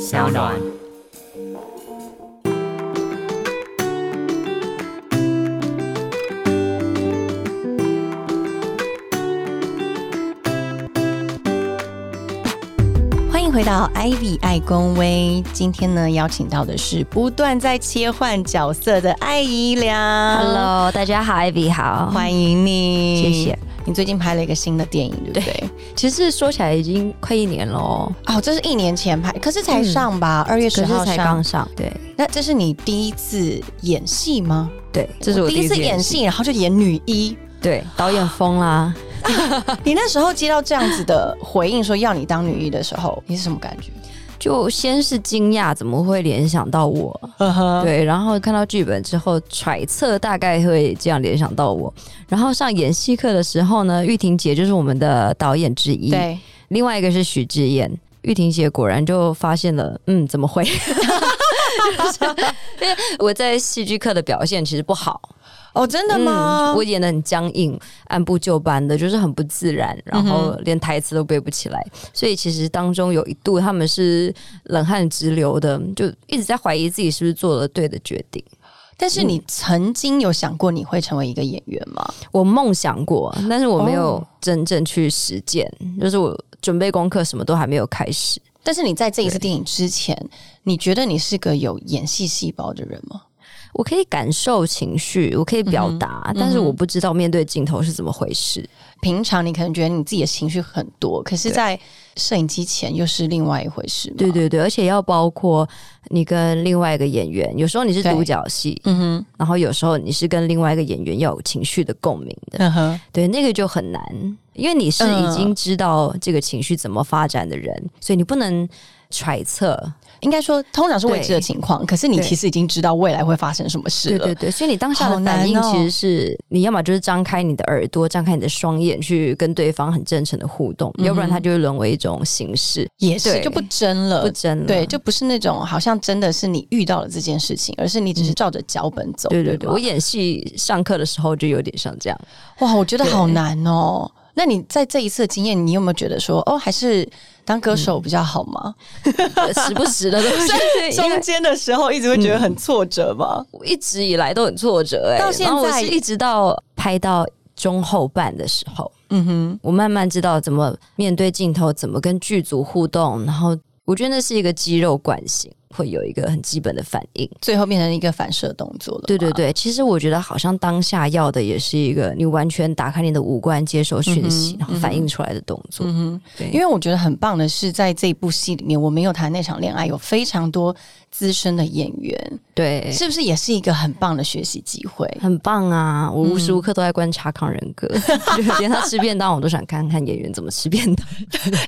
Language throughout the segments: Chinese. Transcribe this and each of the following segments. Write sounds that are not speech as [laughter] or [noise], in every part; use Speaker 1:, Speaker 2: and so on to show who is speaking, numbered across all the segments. Speaker 1: 小暖。
Speaker 2: 欢迎回到 Ivy 爱公威，今天呢邀请到的是不断在切换角色的艾姨良
Speaker 1: Hello，大家好，Ivy 好，
Speaker 2: 欢迎你，
Speaker 1: 谢谢。
Speaker 2: 你最近拍了一个新的电影，对不对？
Speaker 1: 其实说起来已经快一年了哦，
Speaker 2: 哦，这是一年前拍，可是才上吧，二、月十
Speaker 1: 嗯可
Speaker 2: 号
Speaker 1: 是才刚
Speaker 2: 上。
Speaker 1: 上，对
Speaker 2: 那这是你第一次演戏吗？
Speaker 1: 对，这是我
Speaker 2: 第一次演
Speaker 1: 演，
Speaker 2: 戏，然后就演女
Speaker 1: [laughs]
Speaker 2: 一。
Speaker 1: 对，导演疯啦，
Speaker 2: 你那时候接到这样子的回应，说要你当女一的时候，你是什么感觉？
Speaker 1: 就先是惊讶，怎么会联想到我？
Speaker 2: 对，
Speaker 1: 对，然后看到剧本之后，揣测大概会这样联想到我。然后上演戏课的时候呢，玉婷姐就是我们的导演之一，，
Speaker 2: 对，
Speaker 1: 另外一个是许志燕。玉婷姐果然就发现了，嗯，怎么会？ [laughs] 因为我在戏剧课的表现其实不好，
Speaker 2: 哦，真的吗？
Speaker 1: 嗯我演的很僵硬，按部就班的，就是很不自然，然
Speaker 2: 嗯
Speaker 1: 后连台词都背不起来，所以其实当中有一度他们是冷汗直流的，就一直在怀疑自己是不是做了对的决定。
Speaker 2: 但是你曾经有想过你会成为一个演员吗？
Speaker 1: 我梦想过，但是我没有
Speaker 2: 哦
Speaker 1: 真正去实践，就是我准备功课什么都还没有开始。
Speaker 2: 但是你在这一次电影之前，你觉得你是个有演戏细胞的人吗？
Speaker 1: 我可以感受情绪，我可以表达，
Speaker 2: 嗯
Speaker 1: 但是我不知道面对镜头是怎么回事。
Speaker 2: 平常你可能觉得你自己的情绪很多，可是，在摄影机前又是另外一回事嘛。
Speaker 1: 对，对对，而且要包括你跟另外一个演员，有时候你是
Speaker 2: 对
Speaker 1: 独角戏，
Speaker 2: 嗯哼，
Speaker 1: 然后有时候你是跟另外一个演员要有情绪的共鸣的，
Speaker 2: 嗯哼，
Speaker 1: 对，那个就很难，因为你是
Speaker 2: 嗯
Speaker 1: 已经知道这个情绪怎么发展的人，所以你不能揣测，
Speaker 2: 应该说通常是未知的
Speaker 1: 对
Speaker 2: 情况，可是你
Speaker 1: 对
Speaker 2: 其实已经知道未来会发生什么事
Speaker 1: 对
Speaker 2: 了。
Speaker 1: 对对，所以你当下
Speaker 2: 好
Speaker 1: 的
Speaker 2: 难
Speaker 1: 反应
Speaker 2: 哦
Speaker 1: 其实是、你要么就是张开你的耳朵，张开你的双眼去跟对方很真诚的互动，
Speaker 2: 嗯
Speaker 1: 要不然它就会沦为一种形式，
Speaker 2: 也是
Speaker 1: 对
Speaker 2: 就不争了
Speaker 1: 不。真了。
Speaker 2: 对，就不是那种好像真的是你遇到了这件事情，而是你只是照着脚本走。
Speaker 1: 嗯对对
Speaker 2: 吧
Speaker 1: 对，我演戏上课的时候就有点像这样。 [laughs]
Speaker 2: 哇，我觉得
Speaker 1: 对
Speaker 2: 好难哦。那你在这一次的经验，你有没有觉得说，哦，还是当歌
Speaker 1: 嗯
Speaker 2: 手比较好吗？
Speaker 1: 时不时的都是因为
Speaker 2: 间的时候一直会觉得很挫折吗？
Speaker 1: 我一直以来都很挫折、哎，
Speaker 2: 到现在
Speaker 1: 然后我是一直到拍到中后半的时候，
Speaker 2: 嗯哼，
Speaker 1: 我慢慢知道怎么面对镜头，怎么跟剧组互动，然后我觉得那是一个肌肉惯性，会有一个很基本的反应。
Speaker 2: 最后变成一个反射动作了。
Speaker 1: 对对，对，其实我觉得好像当下要的也是一个你完全打开你的五官接受讯息，然后反应出来的动作。嗯对，
Speaker 2: 因为我觉得很棒的是，在这一部戏里面，我没有谈那场恋爱，有非常多资深的演员，
Speaker 1: 对。
Speaker 2: 是不是也是一个很棒的学习机会？
Speaker 1: 很棒啊！我无时无刻都在观察康人哥， [laughs] 就是连他吃便当我都想看看演员怎么吃便当。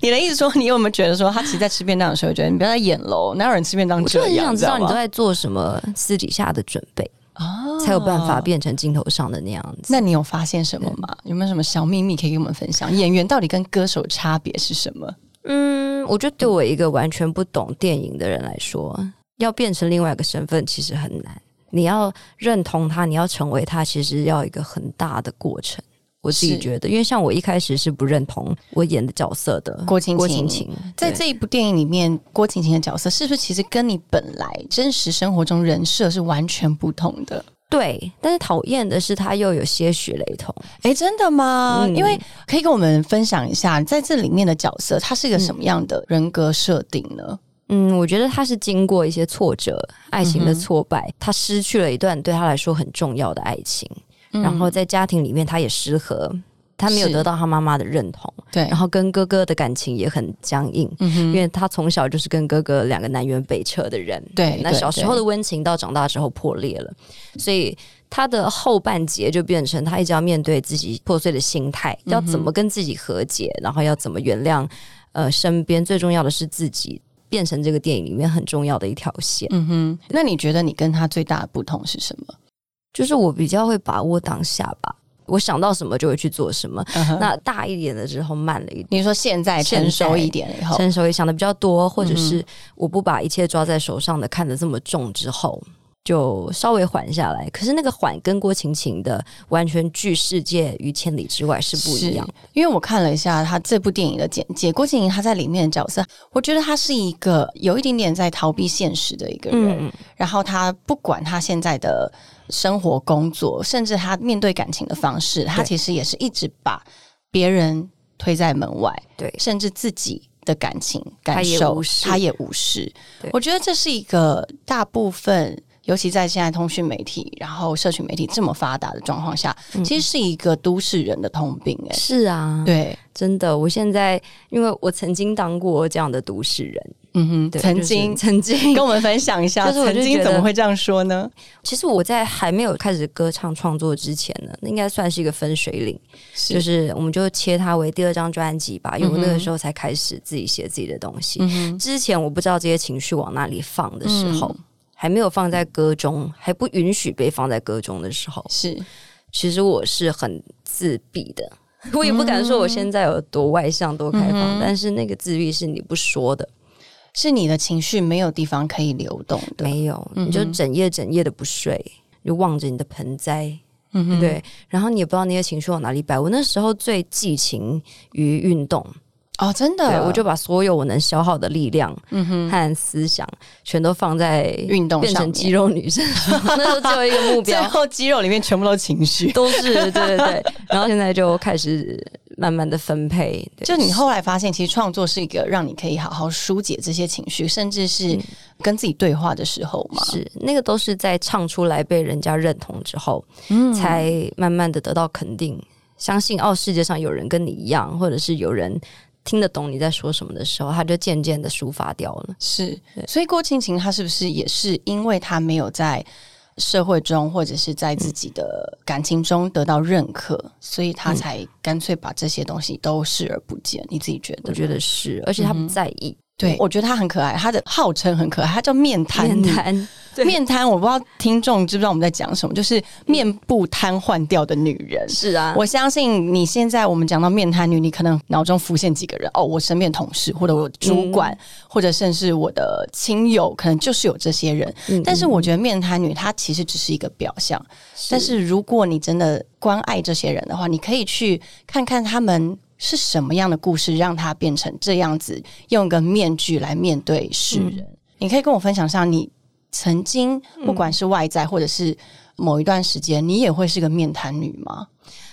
Speaker 2: 你的意思说，你有没有觉得说，他其实在吃便当的时候，觉得你不要再演喽，哪有人吃便当
Speaker 1: 我就
Speaker 2: 这
Speaker 1: 啊很
Speaker 2: 样？
Speaker 1: 想知道你
Speaker 2: 吗
Speaker 1: 都在做什么私底下的准备，
Speaker 2: 啊
Speaker 1: 才有办法变成镜头上的那样子。
Speaker 2: 那你有发现什么吗？有没有什么小秘密可以给我们分享？演员到底跟歌手差别是什么？
Speaker 1: 嗯，我觉得对我一个完全不懂电影的人来说，要变成另外一个身份其实很难。你要认同他，你要成为他，其实要一个很大的过程。我自己
Speaker 2: 是
Speaker 1: 觉得，因为像我一开始是不认同我演的角色的
Speaker 2: 郭晶
Speaker 1: 郭
Speaker 2: 晶
Speaker 1: 晶晶，
Speaker 2: 在
Speaker 1: 对
Speaker 2: 这一部电影里面，郭晴晴的角色是不是其实跟你本来真实生活中人设是完全不同的？
Speaker 1: 对，但是讨厌的是他又有些许雷同。
Speaker 2: 诶，真的吗？
Speaker 1: 嗯
Speaker 2: 因为可以跟我们分享一下，在这里面的角色，他是一个什么样的人格设定呢？
Speaker 1: 嗯，我觉得他是经过一些挫折、爱情
Speaker 2: 嗯
Speaker 1: 的挫败，他失去了一段对他来说很重要的爱情，
Speaker 2: 嗯
Speaker 1: 然后在家庭里面他也失和，他没有
Speaker 2: 是
Speaker 1: 得到他妈妈的认同，
Speaker 2: 对，
Speaker 1: 然后跟哥哥的感情也很僵硬，
Speaker 2: 嗯
Speaker 1: 因
Speaker 2: 哼，
Speaker 1: 为他从小就是跟哥哥两个南辕北辙的人。
Speaker 2: 对，
Speaker 1: 那
Speaker 2: 对
Speaker 1: 小时
Speaker 2: 对
Speaker 1: 候的温情到长大之后破裂了，所以他的后半截就变成他一直要面对自己破碎的心态，要
Speaker 2: 嗯
Speaker 1: 怎么跟自己和解，然后要怎么原谅呃身边最重要的是自己，变成这个电影里面很重要的一条线。
Speaker 2: 嗯哼，那你觉得你跟他最大的不同是什么？
Speaker 1: 就是我比较会把握当下吧，我想到什么就会去做什么。
Speaker 2: 嗯
Speaker 1: 那大一点了之后慢了一点。
Speaker 2: 你说现在
Speaker 1: 现在
Speaker 2: 成熟一点以后，嗯
Speaker 1: 成熟也想的比较多，或者是我不把一切抓在手上的看得这么重之后，就稍微缓下来。可是那个缓跟郭晴晴的完全拒世界于千里之外是不一样。
Speaker 2: 因为我看了一下他这部电影的简介，郭敬明他在里面的角色，我觉得他是一个有一点点在逃避现实的一个人。
Speaker 1: 嗯，
Speaker 2: 然后他不管他现在的生活、工作，甚至他面对感情的方式，他
Speaker 1: 对
Speaker 2: 其实也是一直把别人推在门外，
Speaker 1: 对
Speaker 2: 甚至自己的感情感
Speaker 1: 他也
Speaker 2: 受
Speaker 1: 无，视
Speaker 2: 他也无视
Speaker 1: 对。
Speaker 2: 我觉得这是一个大部分。尤其在现在通讯媒体，然后社群媒体这么发达的状况下，其实是一个都市人的通病、欸。哎，
Speaker 1: 嗯是啊，
Speaker 2: 对，
Speaker 1: 真的。我现在因为我曾经当过这样的都市人，
Speaker 2: 嗯哼，
Speaker 1: 对，
Speaker 2: 曾
Speaker 1: 就是
Speaker 2: 经、
Speaker 1: 曾经
Speaker 2: 跟我们分享一下，
Speaker 1: [laughs] 就是我就
Speaker 2: 曾
Speaker 1: 觉
Speaker 2: 经
Speaker 1: 得
Speaker 2: 怎么会这样说呢？
Speaker 1: 其实我在还没有开始歌唱创作之前呢，那应该算是一个分水岭，
Speaker 2: 是
Speaker 1: 就是我们就切它为第二张专辑吧，因为我那
Speaker 2: 嗯
Speaker 1: 个
Speaker 2: 哼
Speaker 1: 时候才开始自己写自己的东西。
Speaker 2: 嗯哼，
Speaker 1: 之前我不知道这些情绪往哪里放的时候，还没有放在歌中，还不允许被放在歌中的时候，
Speaker 2: 是
Speaker 1: 其实我是很自闭的。 [laughs] 我也不敢说我现在有多外向、多开放，但是那个自闭是你不说的，
Speaker 2: 是你的情绪没有地方可以流动的。
Speaker 1: 没有，你就整夜整夜的不睡，就望着你的盆栽，
Speaker 2: 嗯
Speaker 1: 对不对，然后你也不知道那些情绪往哪里摆。我那时候最寄情于运动，
Speaker 2: 哦，真的，
Speaker 1: 对我就把所有我能消耗的力量和思想全都放在
Speaker 2: 嗯运动
Speaker 1: 变
Speaker 2: 上
Speaker 1: 成
Speaker 2: 面
Speaker 1: 肌肉女生，
Speaker 2: [laughs]
Speaker 1: 那时候只有一个目
Speaker 2: 最
Speaker 1: 标，
Speaker 2: 后肌肉里面全部都情 [laughs] 绪。
Speaker 1: 都是对对对。然后现在就开始慢慢的分配，对
Speaker 2: 就你后来发现，其实创作是一个让你可以好好疏解这些情绪，甚至是跟自己对话的时候嘛。
Speaker 1: 是那个都是在唱出来被人家认同之后，
Speaker 2: 嗯
Speaker 1: 才慢慢的得到肯定。相信哦，世界上有人跟你一样，或者是有人听得懂你在说什么的时候，他就渐渐的抒发掉了。
Speaker 2: 是，所以郭庆琴她是不是也是因为她没有在社会中或者是在自己的感情中得到认可，所以她才干脆把这些东西都视而不见？你自己觉
Speaker 1: 我
Speaker 2: 得？
Speaker 1: 觉得
Speaker 2: 嗯
Speaker 1: 是，而且他不在意
Speaker 2: 对，我觉得她很可爱，她的号称很可爱，她叫面瘫
Speaker 1: 面 [laughs]
Speaker 2: 女
Speaker 1: 瘫。对
Speaker 2: 面瘫，我不知道听众知不知道我们在讲什么，就是面部瘫痪掉的女人。
Speaker 1: 是啊，
Speaker 2: 我相信你现在我们讲到面瘫女，你可能脑中浮现几个人哦，我身边同事或者我主管，或者甚至我的亲友，可能就是有这些人。
Speaker 1: 嗯
Speaker 2: 但是我觉得面瘫女她其实只是一个表象，但是如果你真的关爱这些人的话，你可以去看看他们。是什么样的故事让他变成这样子，用一个面具来面对世人？
Speaker 1: 嗯
Speaker 2: 你可以跟我分享一下，你曾经不管是外在或者是某一段时间，你也会是个面瘫女吗？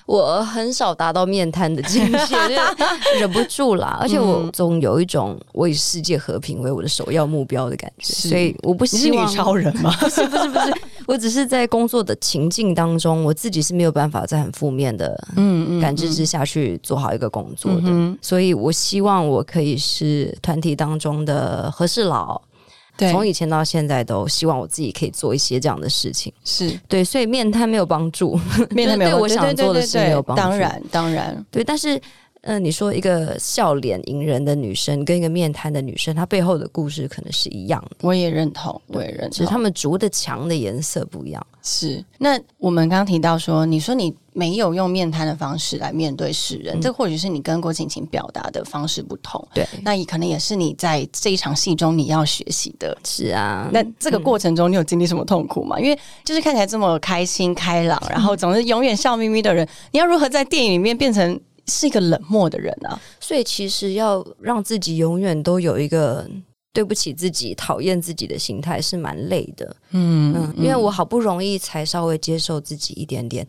Speaker 1: 我很少达到面瘫的境
Speaker 2: [laughs]
Speaker 1: 界，就是忍不住啦。而且
Speaker 2: 嗯
Speaker 1: 我总有一种我以世界和平为我的首要目标的感觉，
Speaker 2: 是
Speaker 1: 所以我不
Speaker 2: 你是
Speaker 1: 希
Speaker 2: 女
Speaker 1: 望。
Speaker 2: 超人吗？
Speaker 1: [laughs] 不是不是，我只是在工作的情境当中，我自己是没有办法在很负面的
Speaker 2: 嗯
Speaker 1: [laughs] 感知之下去做好一个工作的。
Speaker 2: 嗯，
Speaker 1: 所以我希望我可以是团体当中的和事佬，
Speaker 2: 对，
Speaker 1: 从以前到现在都希望我自己可以做一些这样的事情。
Speaker 2: 是
Speaker 1: 对，所以面瘫没有帮助，
Speaker 2: 面对
Speaker 1: 对我想做的事没有帮助
Speaker 2: 当然，当然，
Speaker 1: 对，但是，呃，你说一个笑脸迎人的女生跟一个面瘫的女生，她背后的故事可能是一样的，
Speaker 2: 我也认同，我也认
Speaker 1: 只是
Speaker 2: 同。
Speaker 1: 她们筑的墙的颜色不一样。
Speaker 2: 是，那我们刚刚提到说，你说你没有用面瘫的方式来面对世
Speaker 1: 嗯
Speaker 2: 人，这或许是你跟郭敬晴表达的方式不同。
Speaker 1: 对，
Speaker 2: 那也可能也是你在这一场戏中你要学习的。
Speaker 1: 是啊，
Speaker 2: 那这个过程中，你有经历什么痛苦吗？因为就是看起来这么开心、开朗，然
Speaker 1: [laughs]
Speaker 2: 后总是永远笑眯眯的人，你要如何在电影里面变成是一个冷漠的人啊？
Speaker 1: 所以其实要让自己永远都有一个对不起自己、讨厌自己的心态是蛮累的。嗯，因为我好不容易才稍微接受自己一点点。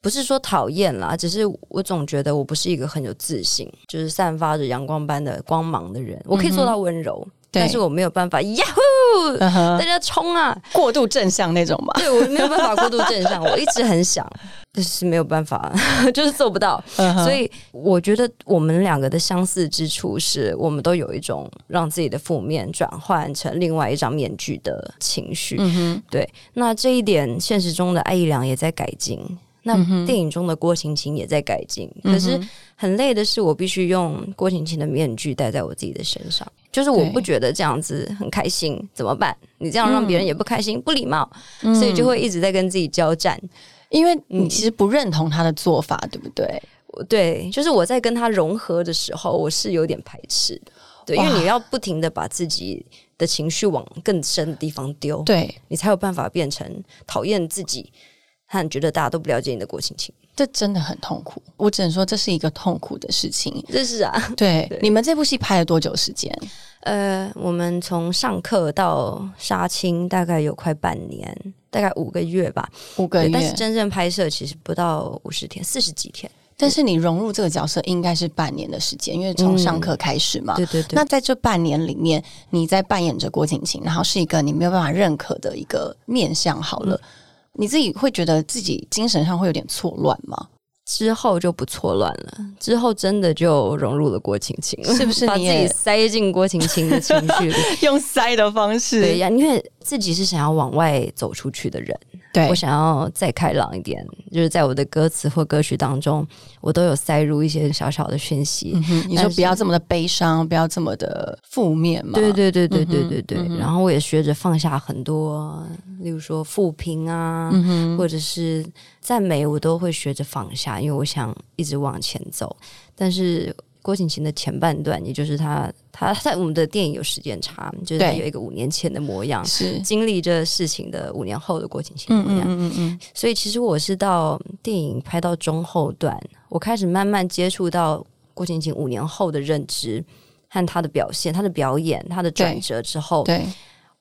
Speaker 1: 不是说讨厌啦，只是我总觉得我不是一个很有自信，就是散发着阳光般的光芒的人。我可以做到温柔，
Speaker 2: 对
Speaker 1: 但是我没有办法 [laughs] 呀呼，
Speaker 2: 嗯哼
Speaker 1: 大家冲啊！
Speaker 2: 过度正向那种吧。
Speaker 1: 对我没有办法过度正 [laughs] 向，我一直很想，但是没有办法， [laughs] 就是做不到。
Speaker 2: 嗯
Speaker 1: 所以我觉得我们两个的相似之处是我们都有一种让自己的负面转换成另外一张面具的情绪。
Speaker 2: 嗯
Speaker 1: 对，那这一点现实中的艾怡良也在改进。那电影中的郭晴晴也在改进，可
Speaker 2: 嗯
Speaker 1: 是很累的是，我必须用郭晴晴的面具戴在我自己的身上。就是我
Speaker 2: 对
Speaker 1: 不觉得这样子很开心，怎么办？你这样让别
Speaker 2: 嗯
Speaker 1: 人也不开心，不礼貌，所以就会一直在跟自己交战。
Speaker 2: 因为你其实不认同他的做法，对不对？
Speaker 1: 我对，就是我在跟他融合的时候，我是有点排斥的，对，因
Speaker 2: 哇
Speaker 1: 为你要不停的把自己的情绪往更深的地方丢，
Speaker 2: 对，
Speaker 1: 你才有办法变成讨厌自己和觉得大家都不了解你的郭青青。
Speaker 2: 这真的很痛苦。我只能说这是一个痛苦的事情。
Speaker 1: 这是啊，
Speaker 2: 对，
Speaker 1: 对
Speaker 2: [laughs] 你们这部戏拍了多久时间？
Speaker 1: 呃，我们从上课到杀青大概有快半年，大概五个月吧。
Speaker 2: 五个
Speaker 1: 对
Speaker 2: 月，
Speaker 1: 但是真正拍摄其实不到五十天，四十几天。
Speaker 2: 但是你融入这个角色应该是半年的时间，因为从上课开始嘛。
Speaker 1: 对对对，
Speaker 2: 那在这半年里面，你在扮演着郭晶晶，然后是一个你没有办法认可的一个面相。好了，你自己会觉得自己精神上会有点错乱吗？
Speaker 1: 之后就不错乱了，之后真的就融入了郭青青
Speaker 2: [laughs]
Speaker 1: 了，
Speaker 2: 是不是
Speaker 1: 把
Speaker 2: 你
Speaker 1: 自己
Speaker 2: 也
Speaker 1: 塞进郭青青的情绪里？
Speaker 2: [laughs] 用塞的方
Speaker 1: 对
Speaker 2: 式，
Speaker 1: 呀，因为自己是想要往外走出去的人，
Speaker 2: 对
Speaker 1: 我想要再开朗一点，就是在我的歌词或歌曲当中，我都有塞入一些小小的讯息。
Speaker 2: 嗯哼，你说
Speaker 1: 但是
Speaker 2: 不要这么的悲伤，不要这么的负面嘛。
Speaker 1: 对对对对对对对，
Speaker 2: 嗯哼
Speaker 1: 然后我也学着放下很多，例如说负评啊，
Speaker 2: 嗯哼，
Speaker 1: 或者是赞美，我都会学着放下，因为我想一直往前走。但是郭景晴的前半段，也就是她，她在我们的电影有时间差，就是她
Speaker 2: 对
Speaker 1: 有一个五年前的模样，
Speaker 2: 是，
Speaker 1: 经历这事情的五年后的郭景晴
Speaker 2: 嗯
Speaker 1: 的模
Speaker 2: 嗯
Speaker 1: 样。
Speaker 2: 嗯嗯嗯，
Speaker 1: 所以其实我是到电影拍到中后段，我开始慢慢接触到郭晶晶五年后的认知和她的表现、她的表演、她的转折之后，
Speaker 2: 对。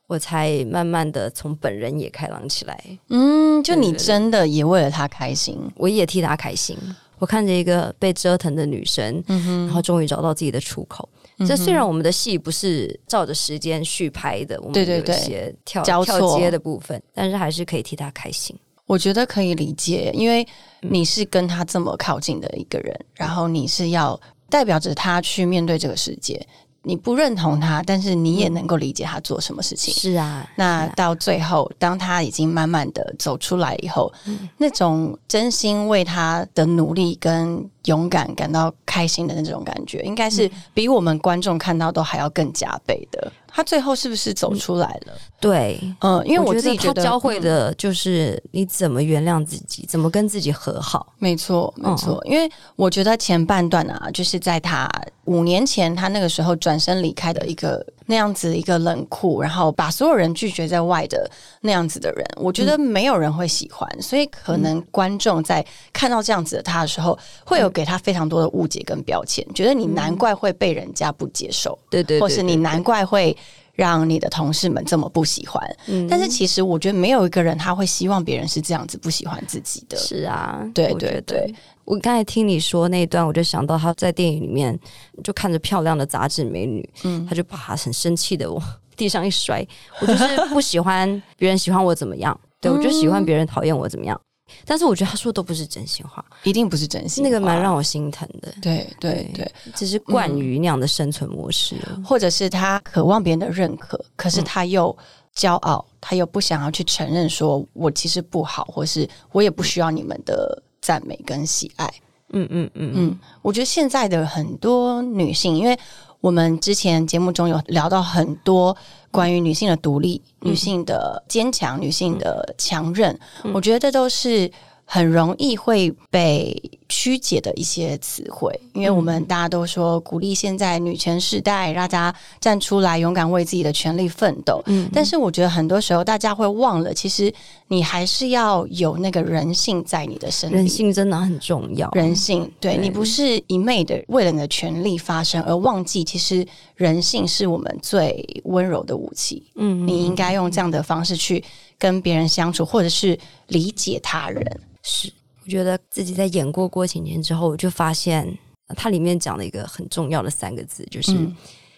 Speaker 1: 我才慢慢的从本人也开朗起来，
Speaker 2: 嗯，就
Speaker 1: 对
Speaker 2: 你
Speaker 1: 对对
Speaker 2: 真的也为了他开心，
Speaker 1: 我也替她开心。我看着一个被折腾的女生，
Speaker 2: 嗯
Speaker 1: 然
Speaker 2: 哼，嗯
Speaker 1: 后终于找到自己的出口。这虽然我们的戏不是照着时间续拍的，我们
Speaker 2: 对对
Speaker 1: 有一
Speaker 2: 对
Speaker 1: 些跳
Speaker 2: 交
Speaker 1: 跳
Speaker 2: 错
Speaker 1: 接的部分，但是还是可以替她开心。
Speaker 2: 我觉得可以理解，因为你是跟他这么靠近的一个人，然后你是要代表着他去面对这个世界。你不认同他，但是你也能够理解他做什么事情。
Speaker 1: 是啊，
Speaker 2: 那到最后，当他已经慢慢的走出来以后，
Speaker 1: 嗯
Speaker 2: 那种真心为他的努力跟勇敢感到开心的那种感觉，应该
Speaker 1: 嗯
Speaker 2: 是比我们观众看到都还要更加倍的。他最后是不是走出来了？
Speaker 1: 对，
Speaker 2: 嗯，因为我
Speaker 1: 嗯我
Speaker 2: 自己觉
Speaker 1: 他
Speaker 2: 得嗯
Speaker 1: 教会的就是你怎么原谅自己，怎么跟自己和好。
Speaker 2: 没错，没
Speaker 1: 嗯
Speaker 2: 错，因为我觉得前半段啊，就是在他五年前，他那个时候转身离开的一个那样子一个冷酷，然后把所有人拒绝在外的那样子的人，我觉
Speaker 1: 嗯
Speaker 2: 得没有人会喜欢，所以可能观众在看到这样子的他的时候，会有给他非常多的误解跟标签，觉得你难怪会被人家不接受，
Speaker 1: 对嗯对
Speaker 2: 或是你，难怪会让你的同事们这么不喜欢。
Speaker 1: 嗯
Speaker 2: 但是其实我觉得没有一个人他会希望别人是这样子不喜欢自己的。
Speaker 1: 是啊，
Speaker 2: 对
Speaker 1: 我
Speaker 2: 对
Speaker 1: 觉得
Speaker 2: 对。
Speaker 1: 我刚才听你说那一段，我就想到他在电影里面就看着漂亮的杂志美女，
Speaker 2: 嗯
Speaker 1: 他就把她很生气的往地上一摔。我就是不喜欢别人喜欢我怎么样，对我就喜
Speaker 2: 嗯
Speaker 1: 欢别人讨厌我怎么样。但是我觉得他说的都不是真心话，
Speaker 2: 一定不是真心话，嗯
Speaker 1: 那个蛮让我心疼的，
Speaker 2: 对对
Speaker 1: 对
Speaker 2: 对，
Speaker 1: 只是惯于那样的生存模式了。
Speaker 2: 或者是他渴望别人的认可，
Speaker 1: 嗯
Speaker 2: 可是他又骄傲，他又不想要去承认说我其实不好，或是我也不需要你们的赞美跟喜爱。
Speaker 1: 嗯嗯嗯嗯，
Speaker 2: 嗯，我觉得现在的很多女性，因为我们之前节目中有聊到很多关于女性的独立、
Speaker 1: 嗯
Speaker 2: 女性的坚强、女性的强韧，我觉得这都是很容易会被曲解的一些词汇，因为我们大家都说鼓励现在女权时代，让大家站出来勇敢为自己的权利奋斗。
Speaker 1: 嗯
Speaker 2: 但是我觉得很多时候大家会忘了，其实你还是要有那个人性在你的身体
Speaker 1: 人性真的很重要。
Speaker 2: 人性，哦对
Speaker 1: 对
Speaker 2: 你不是一昧的为了你的权利发声而忘记，其实人性是我们最温柔的武器。
Speaker 1: 嗯，嗯
Speaker 2: 你应该用这样的方式去跟别人相处，或者是理解他人。
Speaker 1: 是，我觉得自己在演过《郭晴晴》之后，我就发现呃它里面讲了一个很重要的三个字，就是、
Speaker 2: 嗯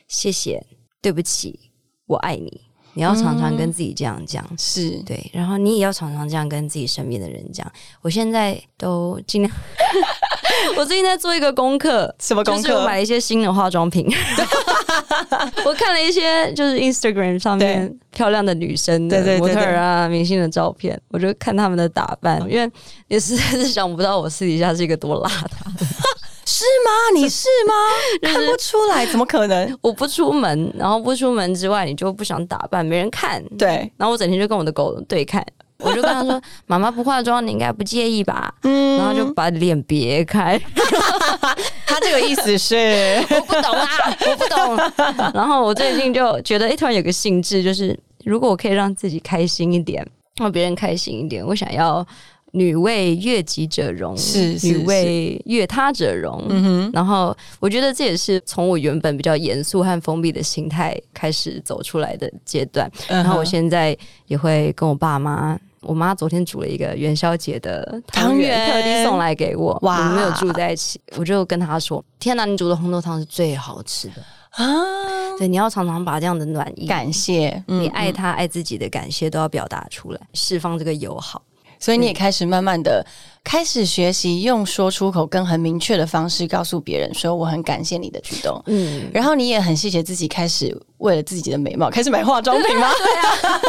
Speaker 1: 谢谢、对不起、我爱你。你要常常跟自己这样讲。
Speaker 2: 是，
Speaker 1: 对，然后你也要常常这样跟自己身边的人讲。我现在都尽量， [laughs] 我最近在做一个功课，
Speaker 2: 什么
Speaker 1: 就是我买了一些新的化
Speaker 2: [laughs]
Speaker 1: 妆品，我看了一些就是 Instagram 上面漂亮的女生的
Speaker 2: 对对对
Speaker 1: 模特儿
Speaker 2: 对哦
Speaker 1: 啊、明星的照片，我就看她们的打扮，因为也实在是想不到我私底下是一个多邋遢，
Speaker 2: 是吗？你是吗？ [laughs] 看不出来，怎么可能？
Speaker 1: [laughs] 我不出门，然后不出门之外，你就不想打扮，没人看，
Speaker 2: [laughs] 对，
Speaker 1: 然后我整天就跟我的狗对看，我就跟他
Speaker 2: [laughs]
Speaker 1: 说：“妈妈不化妆，你应该不介意吧？”
Speaker 2: 嗯
Speaker 1: 然后就把脸别开，
Speaker 2: 他这个意思 [laughs] 是
Speaker 1: 我不懂啊，我不懂。 [laughs] 然后我最近就觉得，哎、突然有个兴致，就是如果我可以让自己开心一点，让别人开心一点，我想要女为悦己者容，
Speaker 2: 是是
Speaker 1: 女为悦他者容。嗯、然后我觉得这也是从我原本比较严肃和封闭的心态开始走出来的阶段。
Speaker 2: 嗯哼
Speaker 1: 然后我现在也会跟我爸妈。我妈昨天煮了一个元宵节的汤
Speaker 2: 汤
Speaker 1: 圆，
Speaker 2: 圆
Speaker 1: 特地送来给我。
Speaker 2: 哇
Speaker 1: 我们没有住在一起，我就跟她说：“天哪，你煮的红豆汤是最好吃的。
Speaker 2: 啊，
Speaker 1: 对，你要常常把这样的暖意、
Speaker 2: 感谢，
Speaker 1: 你
Speaker 2: 嗯，
Speaker 1: 爱他、爱自己的感谢都要表达出来，释放这个友好。
Speaker 2: 所以你也开始慢慢的开始学习用说出口跟很明确的方式告诉别人说我很感谢你的举动。
Speaker 1: 嗯，
Speaker 2: 然后你也很谢谢自己，开始为了自己的美貌开始买化妆品吗？ [laughs]
Speaker 1: [laughs]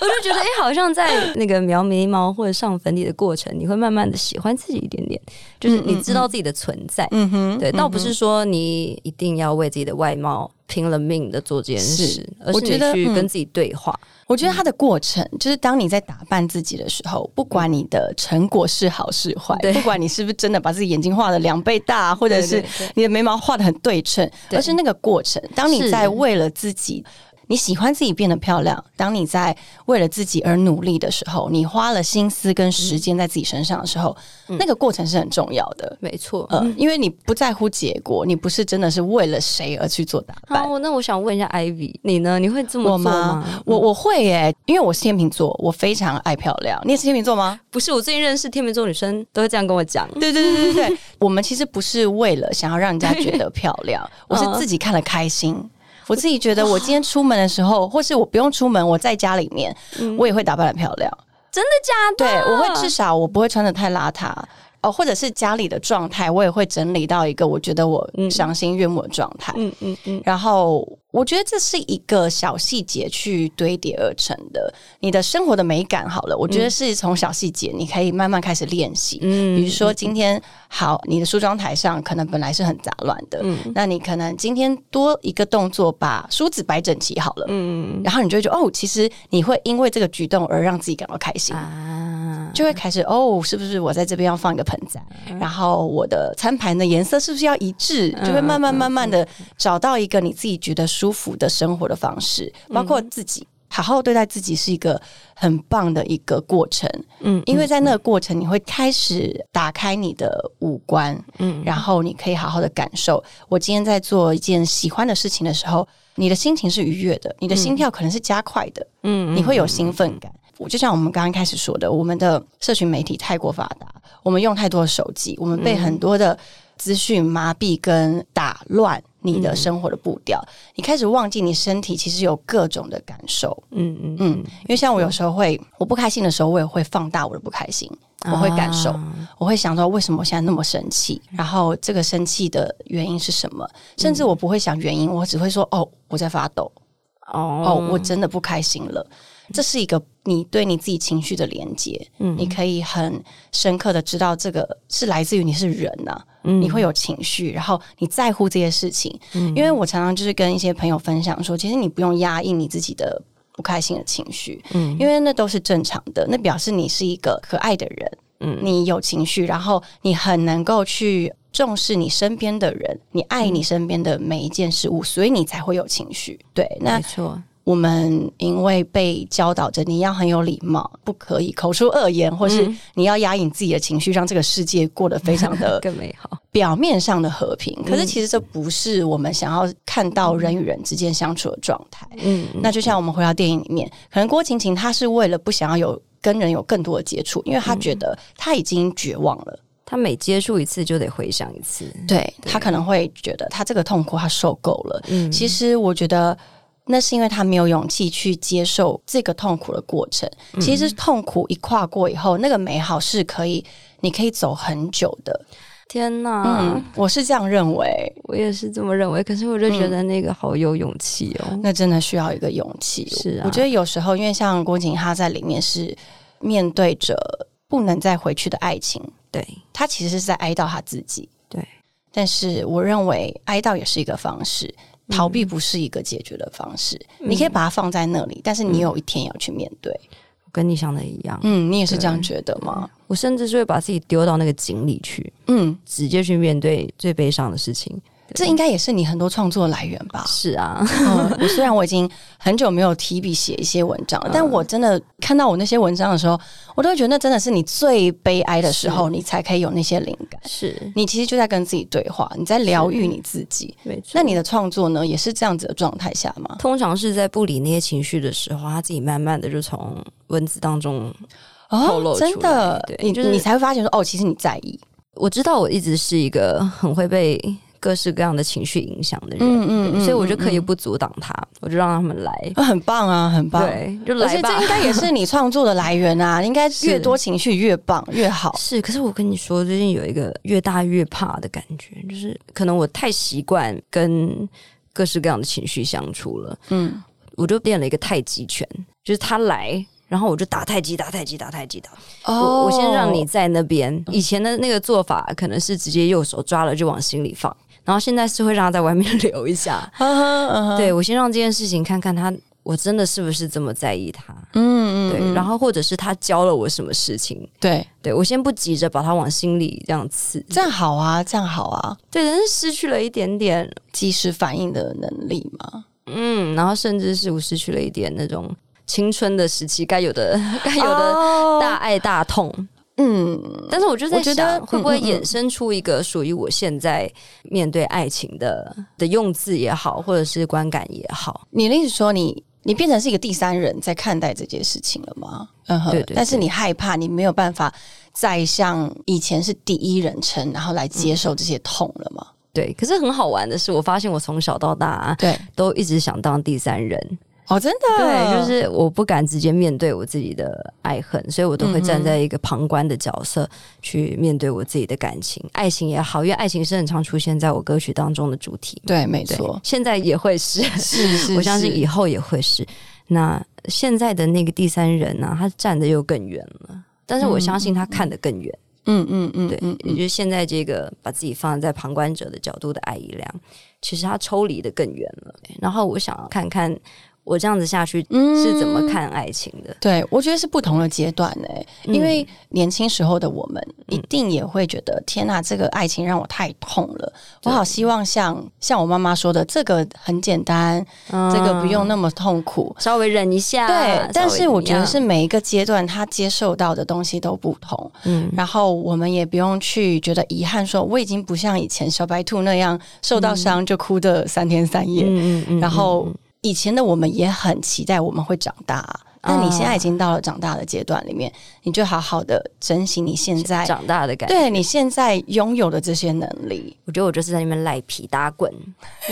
Speaker 1: 我就觉得，哎、好像在那个描眉毛或者上粉底的过程，你会慢慢的喜欢自己一点点，就是你知道自己的存在。
Speaker 2: 嗯哼，
Speaker 1: 对，倒不是说你一定要为自己的外貌拼了命的做这件事
Speaker 2: 是，
Speaker 1: 而
Speaker 2: 我
Speaker 1: 是
Speaker 2: 觉得
Speaker 1: 你去
Speaker 2: 嗯
Speaker 1: 跟自己对话。
Speaker 2: 我觉得它的过程就是当你在打扮自己的时候，不管你的成果是好是坏，
Speaker 1: 对
Speaker 2: 不管你是不是真的把自己眼睛画的两倍大，或者是
Speaker 1: 对对
Speaker 2: 你的眉毛画的很对称，
Speaker 1: 对
Speaker 2: 而是那个过程。当你
Speaker 1: 是
Speaker 2: 在为了自己。你喜欢自己变得漂亮，当你在为了自己而努力的时候，你花了心思跟
Speaker 1: 嗯
Speaker 2: 时间在自己身上的时候，那个过程是很重要的。
Speaker 1: 没错，
Speaker 2: 呃，因为你不在乎结果，你不是真的是为了谁而去做打扮。
Speaker 1: 好，那我想问一下 Ivy，你呢？你会这么
Speaker 2: 我
Speaker 1: 做
Speaker 2: 吗？
Speaker 1: 吗？嗯
Speaker 2: 我我会耶、因为我是天秤座，我非常爱漂亮。你也是天秤座吗？
Speaker 1: 不是，我最近认识天秤座女生都会这样跟我讲。
Speaker 2: 对对对对 [laughs] 对，我们其实不是为了想要让人家觉得漂亮，我是
Speaker 1: 嗯
Speaker 2: 自己看了开
Speaker 1: [laughs]
Speaker 2: 心。我自己觉得，我今天出门的时候，或是我不用出门，我在家里面，
Speaker 1: 嗯
Speaker 2: 我也会打扮的漂亮。
Speaker 1: 真的假的？
Speaker 2: 对，我会至少我不会穿的太邋遢哦，或者是家里的状态，我也会整理到一个我觉得我赏心悦目的状态。
Speaker 1: 嗯嗯嗯，
Speaker 2: 然后我觉得这是一个小细节去堆叠而成的，你的生活的美感好了，我觉得是从小细节你可以慢慢开始练习。
Speaker 1: 嗯
Speaker 2: 比如说今天好，你的梳妆台上可能本来是很杂乱的，
Speaker 1: 嗯
Speaker 2: 那你可能今天多一个动作把梳子摆整齐好了，
Speaker 1: 嗯
Speaker 2: 然后你就会觉得哦，其实你会因为这个举动而让自己感到开心。
Speaker 1: 啊，
Speaker 2: 就会开始哦，是不是我在这边要放一个盆栽？然后我的餐盘的颜色是不是要一致？就会慢慢慢慢的找到一个你自己觉得舒服的生活的方式，包括自己。好好对待自己是一个很棒的一个过程，
Speaker 1: 嗯
Speaker 2: 嗯，因为在那个过程，你会开始打开你的五官，嗯，然后你可以好好的感受。我今天在做一件喜欢的事情的时候，你的心情是愉悦的，你的心跳可能是加快的，
Speaker 1: 嗯
Speaker 2: 你会有兴奋感。我就像我们刚刚开始说的，我们的社群媒体太过发达，我们用太多的手机，我们被
Speaker 1: 嗯
Speaker 2: 很多的资讯麻痹跟打乱你
Speaker 1: 嗯
Speaker 2: 的生活的步调，你开始忘记你身体其实有各种的感受。
Speaker 1: 嗯嗯
Speaker 2: 嗯，因为像我有时候会，我不开心的时候，我也会放大我的不开心，我会感受，
Speaker 1: 啊
Speaker 2: 我会想到为什么我现在那么生气，然后这个生气的原因是什么，甚
Speaker 1: 嗯
Speaker 2: 至我不会想原因，我只会说哦，我在发抖，
Speaker 1: 哦
Speaker 2: 哦，我真的不开心了。这是一个你对你自己情绪的连接，你可以很深刻的知道这个是来自于你是人呐、你会有情绪，然后你在乎这些事情。因为我常常就是跟一些朋友分享说，其实你不用压抑你自己的不开心的情绪，因为那都是正常的，那表示你是一个可爱的人，你有情绪，然后你很能够去重视你身边的人，你爱你身边的每一件事物，所以你才会有情绪。对，那
Speaker 1: 没错，
Speaker 2: 我们因为被教导着你要很有礼貌，不可以口出恶言，或是你要压抑你自己的情绪，让这个世界过得非常
Speaker 1: [laughs]
Speaker 2: 的
Speaker 1: 更美好。
Speaker 2: 表面上的和平。可是其实这不是我们想要看到人与人之间相处的状态。
Speaker 1: 嗯，
Speaker 2: 那就像我们回到电影里面，可能郭晴晴她是为了不想要有跟人有更多的接触，因为她觉得她已经绝望了。
Speaker 1: 他每接触一次就得回想一次。
Speaker 2: 对他可能会觉得他这个痛苦他受够了。
Speaker 1: 嗯
Speaker 2: 其实我觉得那是因为他没有勇气去接受这个痛苦的过程。其
Speaker 1: 嗯
Speaker 2: 实痛苦一跨过以后，那个美好是可以，你可以走很久的。
Speaker 1: 天哪，
Speaker 2: 嗯，我是这样认为。
Speaker 1: 我也是这么认为，可是我就觉
Speaker 2: 嗯
Speaker 1: 得那个好有勇气哦。
Speaker 2: 那真的需要一个勇气。
Speaker 1: 是啊
Speaker 2: 我觉得有时候因为像郭景他在里面是面对着不能再回去的爱情，
Speaker 1: 对，
Speaker 2: 他其实是在哀悼他自己。
Speaker 1: 对，
Speaker 2: 但是我认为哀悼也是一个方式，
Speaker 1: 嗯
Speaker 2: 逃避不是一个解决的方式。你可以把它放在那里，但是你有一天要去面对。
Speaker 1: 我跟你想的一样。
Speaker 2: 嗯，你也是这样觉得吗？
Speaker 1: 我甚至是会把自己丢到那个井里去，
Speaker 2: 嗯，
Speaker 1: 直接去面对最悲伤的事情。
Speaker 2: 这应该也是你很多创作来源吧？
Speaker 1: 是
Speaker 2: [laughs]
Speaker 1: 啊，
Speaker 2: 嗯，虽然我已经很久没有提笔写一些文章
Speaker 1: 嗯
Speaker 2: 了，但我真的看到我那些文章的时候，我都会觉得那真的是你最悲哀的时候，你才可以有那些灵感。
Speaker 1: 是
Speaker 2: 你其实就在跟自己对话，你在疗愈你自己。
Speaker 1: 没错。
Speaker 2: 那你的创作呢，也是这样子的状态下吗？
Speaker 1: 通常是在不理那些情绪的时候，他自己慢慢的就从文字当中，透露出来
Speaker 2: 真的
Speaker 1: 对，
Speaker 2: 你、
Speaker 1: 就是
Speaker 2: 你才会发现说，哦，其实你在意。
Speaker 1: 我知道我一直是一个很会被各式各样的情绪影响的人，
Speaker 2: 嗯
Speaker 1: 所以我就可以
Speaker 2: 嗯
Speaker 1: 不阻挡他，我就让他们来，
Speaker 2: 啊很棒啊，很棒。
Speaker 1: 对，就
Speaker 2: 而
Speaker 1: 来
Speaker 2: 且这
Speaker 1: 吧
Speaker 2: 应。该也是你创作的来源啊，应
Speaker 1: [laughs]
Speaker 2: 该越多情绪越棒越好。
Speaker 1: 是，可是我跟你说，最近有一个越大越怕的感觉，就是可能我太习惯跟各式各样的情绪相处了，
Speaker 2: 嗯，
Speaker 1: 我就练了一个太极拳，就是他来，然后我就打太极，打太极，打太极，打。我我先
Speaker 2: 哦
Speaker 1: [laughs] 让你在那边。以前的那个做法可能是直接右手抓了就往心里放，然后现在是会让他在外面 [laughs] 留一下。
Speaker 2: 呵呵，嗯哼，
Speaker 1: 对我先让这件事情看看他，我真的是不是这么在意他？
Speaker 2: 嗯嗯，
Speaker 1: 对，然后或者是他教了我什么事情？
Speaker 2: 对，
Speaker 1: 对我先不急着把他往心里这样刺，
Speaker 2: 这样好啊，这样好啊，
Speaker 1: 对，但是失去了一点点，
Speaker 2: 及时反应的能力嘛。
Speaker 1: 嗯，然后甚至是我失去了一点那种青春的时期该有的该有的
Speaker 2: 的
Speaker 1: 大爱大痛。
Speaker 2: 嗯，
Speaker 1: 但是我就在
Speaker 2: 哦我觉
Speaker 1: 想
Speaker 2: 得，
Speaker 1: 会不会
Speaker 2: 嗯嗯嗯
Speaker 1: 衍生出一个属于我现在面对爱情的的用字也好，或者是观感也好，
Speaker 2: 你的意思说你你变成是一个第三人在看待这件事情了吗？嗯哼，
Speaker 1: 对对
Speaker 2: 但是你害怕，你没有办法再像以前是第一人称，然后来
Speaker 1: 嗯
Speaker 2: 接受这些痛了吗？
Speaker 1: 对。可是很好玩的是，我发现我从小到大、啊
Speaker 2: 对，
Speaker 1: 都一直想当第三人，
Speaker 2: 哦，真的，
Speaker 1: [laughs] 对，就是我不敢直接面对我自己的爱恨，所以我都会站在一个旁观的角色去面对我自己的感情、爱情也好，因为爱情是很常出现在我歌曲当中的主题嘛。
Speaker 2: 对，没
Speaker 1: 对
Speaker 2: 错，，
Speaker 1: 现在也会是，
Speaker 2: 是是
Speaker 1: 我相信
Speaker 2: 是
Speaker 1: 以后也会是。那现在的那个第三人呢、他站得又更远了，但是我相信他看得更远。
Speaker 2: 嗯嗯嗯，
Speaker 1: 对，
Speaker 2: 嗯
Speaker 1: 也就是现在这个把自己放在旁观者的角度的艾怡良，其实他抽离的更远了。然后我想要看看我这样子下去
Speaker 2: 嗯
Speaker 1: 是怎么看爱情的。
Speaker 2: 对，我觉得是不同的阶段呢、
Speaker 1: 嗯
Speaker 2: 因为年轻时候的我们一定也会觉得，天呐，这个爱情让我太痛了，我好希望像像我妈妈说的，这个很简单，
Speaker 1: 嗯
Speaker 2: 这个不用那么痛苦。
Speaker 1: 稍微忍一下，
Speaker 2: 对，但
Speaker 1: 啊稍微
Speaker 2: 是我觉得
Speaker 1: 怎
Speaker 2: 是
Speaker 1: 么样，
Speaker 2: 每一个阶段他接受到的东西都不同，
Speaker 1: 嗯，
Speaker 2: 然后我们也不用去觉得遗憾，说我已经不像以前小白兔那样受到伤就哭的三天三夜，
Speaker 1: 嗯嗯嗯
Speaker 2: 然后
Speaker 1: 嗯嗯
Speaker 2: 以前的我们也很期待我们会长
Speaker 1: 啊
Speaker 2: 大，但你现在已经到了长大的阶段里面，你就好好的珍惜你现在，
Speaker 1: 长大的感觉。
Speaker 2: 对你现在拥有的这些能力。
Speaker 1: 我觉得我就是在那边赖皮打滚， [laughs]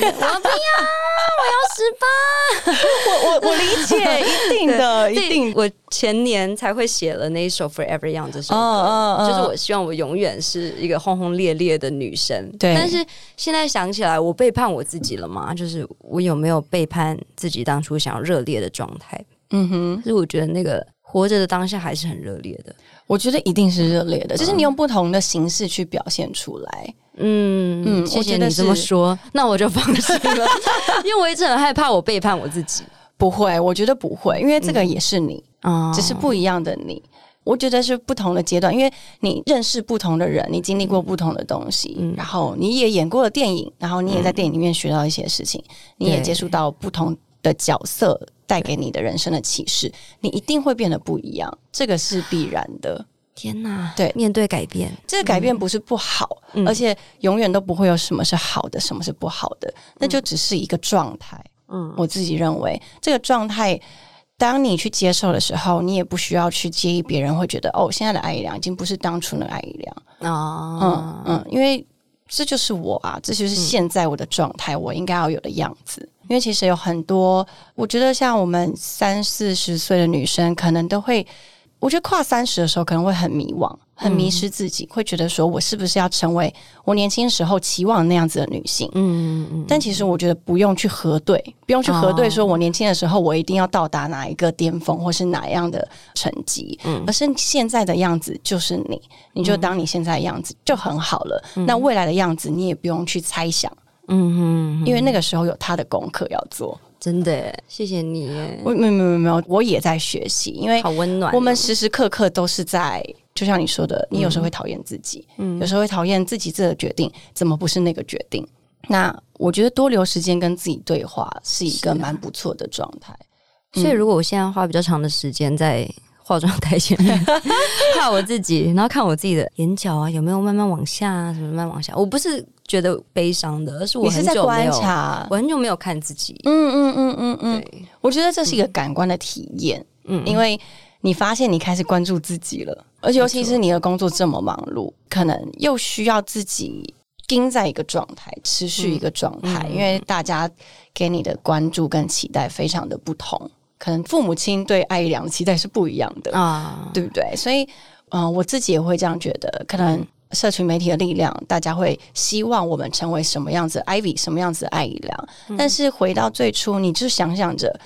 Speaker 2: 我我我理解， [laughs] 一定的，一定。
Speaker 1: 我前年才会写了那一首《Forever Young》这首歌，
Speaker 2: 嗯嗯嗯
Speaker 1: 就是我希望我永远是一个轰轰烈烈的女生。
Speaker 2: 对
Speaker 1: 但是现在想起来，我背叛我自己了吗？就是我有没有背叛自己当初想要热烈的状态？
Speaker 2: 嗯哼，
Speaker 1: 可是我觉得那个活着的当下还是很热烈的。
Speaker 2: 我觉得一定是热烈的，就是你用不同的形式去表现出来。
Speaker 1: 嗯
Speaker 2: 嗯
Speaker 1: 谢
Speaker 2: 我
Speaker 1: 谢
Speaker 2: 觉得
Speaker 1: 你这么
Speaker 2: 是
Speaker 1: 说，那我就放心了， [laughs] 因为我一直很害怕我背叛我自己
Speaker 2: 不会，我觉得不会，因为这个也是你，
Speaker 1: 啊
Speaker 2: 只是不一样的你。我觉得是不同的阶段，因为你认识不同的人，你经历过不同的东西，然后你也演过了电影，然后你也在电影里面学到一些事情，你也
Speaker 1: 对
Speaker 2: 接触到不同的角色带给你的人生的启示，你一定会变得不一样，这个是必然的。
Speaker 1: 天哪，
Speaker 2: 对
Speaker 1: 面对改变，
Speaker 2: 这个改变不是不好，而且永远都不会有什么是好的，什么是不好的，那就只是一个状态。
Speaker 1: 嗯
Speaker 2: 我自己认为这个状态，当你去接受的时候，你也不需要去介意别人会觉得哦，现在的艾怡良已经不是当初的艾怡良，
Speaker 1: 啊
Speaker 2: 嗯，嗯，因为这就是我啊，这就是现在我的状态，我应该要有的样子。因为其实有很多，我觉得像我们三四十岁的女生，可能都会，我觉得跨三十的时候可能会很迷惘，很迷失自己，会觉得说我是不是要成为我年轻时候期望那样子的女性？
Speaker 1: 嗯嗯
Speaker 2: 但其实我觉得不用去核对，不用去核
Speaker 1: 哦
Speaker 2: 对，说我年轻的时候我一定要到达哪一个巅峰，或是哪样的成绩，
Speaker 1: 嗯
Speaker 2: 而是现在的样子就是你，你就当你现在的样子就很好了。那未来的样子你也不用去猜想，
Speaker 1: 嗯嗯嗯，
Speaker 2: 因为那个时候有他的功课要做。
Speaker 1: 真的耶，谢谢你耶，
Speaker 2: 我没有没有没有，我也在学习，因为
Speaker 1: 好温暖哦。
Speaker 2: 哎我们时时刻刻都是在，就像你说的，你有时候会讨厌自己，
Speaker 1: 嗯
Speaker 2: 有时候会讨厌自己这个决定怎么不是那个决定。那我觉得多留时间跟自己对话是一
Speaker 1: 是
Speaker 2: 个
Speaker 1: 啊
Speaker 2: 蛮不错的状态。
Speaker 1: 所以
Speaker 2: 嗯
Speaker 1: 如果我现在花比较长的时间在化妆台前面 [laughs] 画我自己，然后看我自己的眼角啊有没有慢慢往下啊，什么慢慢往下，我不是觉得悲伤的，而是我
Speaker 2: 你是
Speaker 1: 很
Speaker 2: 在
Speaker 1: 久没
Speaker 2: 观
Speaker 1: 有，
Speaker 2: 察，
Speaker 1: 我很久没有看自己。
Speaker 2: 嗯嗯嗯嗯嗯，
Speaker 1: 对，
Speaker 2: 我觉得这是一个感官的体验，
Speaker 1: 嗯
Speaker 2: 因为你发现你开始关注自己了，而且尤其是你的工作这么忙碌，可能又需要自己盯在一个状态，持续一个状态，
Speaker 1: 嗯
Speaker 2: 因为大家给你的关注跟期待非常的不同，可能父母亲对爱良的期待是不一样的，
Speaker 1: 啊，
Speaker 2: 对不对？所以，嗯、我自己也会这样觉得，可能社群媒体的力量，大家会希望我们成为什么样子的，Ivy 什么样子的艾怡良。但是回到最初，你就想想着，